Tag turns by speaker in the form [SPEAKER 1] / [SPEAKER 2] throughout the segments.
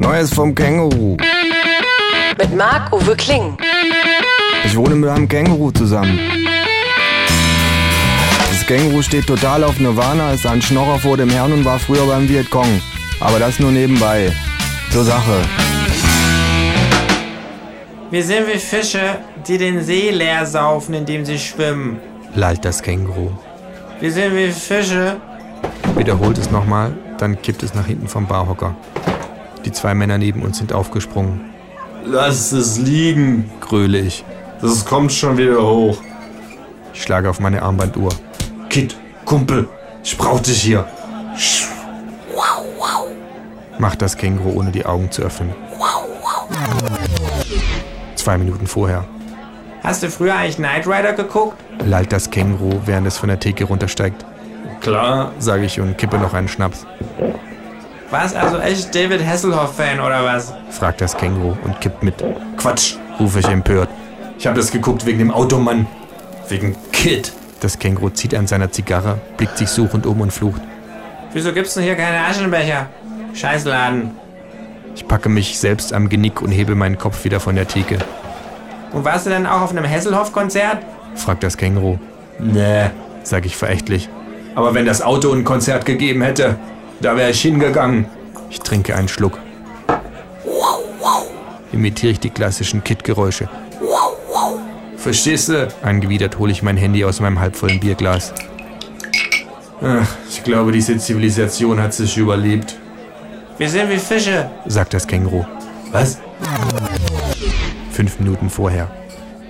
[SPEAKER 1] Neues vom Känguru.
[SPEAKER 2] Mit Marc-Uwe Kling.
[SPEAKER 1] Ich wohne mit einem Känguru zusammen. Das Känguru steht total auf Nirvana, ist ein Schnorrer vor dem Herrn und war früher beim Vietcong. Aber das nur nebenbei. Zur Sache.
[SPEAKER 3] Wir sind wie Fische, die den See leer saufen, indem sie schwimmen.
[SPEAKER 1] Lallt das Känguru.
[SPEAKER 3] Wir sind wie Fische.
[SPEAKER 1] Wiederholt es nochmal, dann kippt es nach hinten vom Barhocker. Die zwei Männer neben uns sind aufgesprungen.
[SPEAKER 4] Lass es liegen.
[SPEAKER 1] Gröle ich.
[SPEAKER 4] Das kommt schon wieder hoch.
[SPEAKER 1] Ich schlage auf meine Armbanduhr.
[SPEAKER 4] Kid, Kumpel, ich brauch dich hier.
[SPEAKER 1] Macht das Känguru, ohne die Augen zu öffnen. Zwei Minuten vorher.
[SPEAKER 3] Hast du früher eigentlich Knight Rider geguckt?
[SPEAKER 1] Lallt das Känguru, während es von der Theke runtersteigt.
[SPEAKER 4] Klar.
[SPEAKER 1] Sage ich und kippe noch einen Schnaps.
[SPEAKER 3] Warst also echt David Hasselhoff-Fan oder was?
[SPEAKER 1] Fragt das Känguru und kippt mit.
[SPEAKER 4] Quatsch.
[SPEAKER 1] Rufe ich empört.
[SPEAKER 4] Ich habe das geguckt wegen dem Automann. Wegen Kid.
[SPEAKER 1] Das Känguru zieht an seiner Zigarre, blickt sich suchend um und flucht.
[SPEAKER 3] Wieso gibt's denn hier keine Aschenbecher? Scheißladen.
[SPEAKER 1] Ich packe mich selbst am Genick und hebe meinen Kopf wieder von der Theke.
[SPEAKER 3] Und warst du denn auch auf einem Hasselhoff-Konzert?
[SPEAKER 1] Fragt das Känguru.
[SPEAKER 4] Nee.
[SPEAKER 1] Sage ich verächtlich.
[SPEAKER 4] Aber wenn das Auto ein Konzert gegeben hätte, da wäre ich hingegangen.
[SPEAKER 1] Ich trinke einen Schluck. Imitiere ich die klassischen Kit-Geräusche.
[SPEAKER 4] Verstehst du?
[SPEAKER 1] Angewidert hole ich mein Handy aus meinem halbvollen Bierglas.
[SPEAKER 4] Ach, ich glaube, diese Zivilisation hat sich überlebt.
[SPEAKER 3] Wir sind wie Fische.
[SPEAKER 1] Sagt das Känguru.
[SPEAKER 4] Was?
[SPEAKER 1] Fünf Minuten vorher.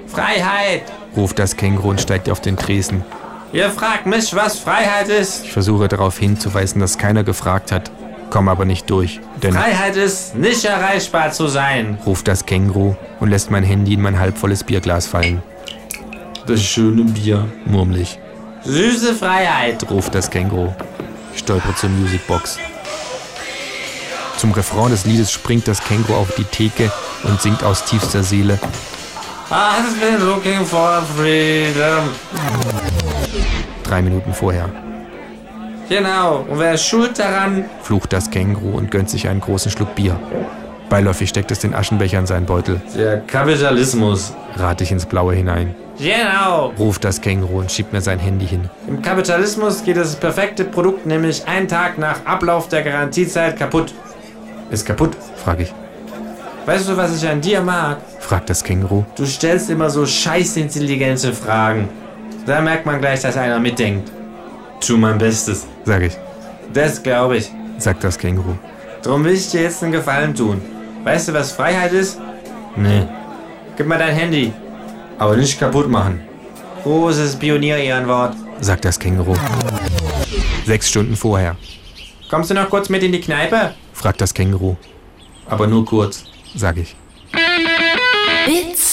[SPEAKER 3] Freiheit!
[SPEAKER 1] Ruft das Känguru und steigt auf den Tresen.
[SPEAKER 3] Ihr fragt mich, was Freiheit ist.
[SPEAKER 1] Ich versuche darauf hinzuweisen, dass keiner gefragt hat, komme aber nicht durch. Denn
[SPEAKER 3] Freiheit ist, nicht erreichbar zu sein.
[SPEAKER 1] ruft das Känguru und lässt mein Handy in mein halbvolles Bierglas fallen.
[SPEAKER 4] Das schöne Bier.
[SPEAKER 1] Murmelig
[SPEAKER 3] Süße Freiheit.
[SPEAKER 1] ruft das Känguru. Ich stolpere zur Musicbox. Zum Refrain des Liedes springt das Känguru auf die Theke und singt aus tiefster Seele.
[SPEAKER 3] I've been looking for freedom.
[SPEAKER 1] Drei Minuten vorher
[SPEAKER 3] Genau. Und wer ist schuld daran?
[SPEAKER 1] flucht das Känguru und gönnt sich einen großen Schluck Bier. Beiläufig steckt es den Aschenbecher in seinen Beutel,
[SPEAKER 4] Der Kapitalismus.
[SPEAKER 1] rate ich ins Blaue hinein.
[SPEAKER 3] Genau.
[SPEAKER 1] Ruft das Känguru und schiebt mir sein Handy hin.
[SPEAKER 3] Im Kapitalismus geht das perfekte Produkt nämlich einen Tag nach Ablauf der Garantiezeit kaputt.
[SPEAKER 4] Ist kaputt.
[SPEAKER 1] Frag ich.
[SPEAKER 3] Weißt du, was ich an dir mag?
[SPEAKER 1] Fragt das Känguru.
[SPEAKER 3] Du stellst immer so scheißintelligente Fragen. Da merkt man gleich, dass einer mitdenkt.
[SPEAKER 4] Tu mein Bestes.
[SPEAKER 1] Sag ich.
[SPEAKER 3] Das glaube ich.
[SPEAKER 1] Sagt das Känguru.
[SPEAKER 3] Drum will ich dir jetzt einen Gefallen tun. Weißt du, was Freiheit ist?
[SPEAKER 4] Nee.
[SPEAKER 3] Gib mal dein Handy.
[SPEAKER 4] Aber nicht kaputt machen.
[SPEAKER 3] Großes Pionier-Ehrenwort.
[SPEAKER 1] Sagt das Känguru. Sechs Stunden vorher.
[SPEAKER 3] Kommst du noch kurz mit in die Kneipe?
[SPEAKER 1] Fragt das Känguru.
[SPEAKER 4] Aber nur kurz.
[SPEAKER 1] Sag ich.
[SPEAKER 5] Bits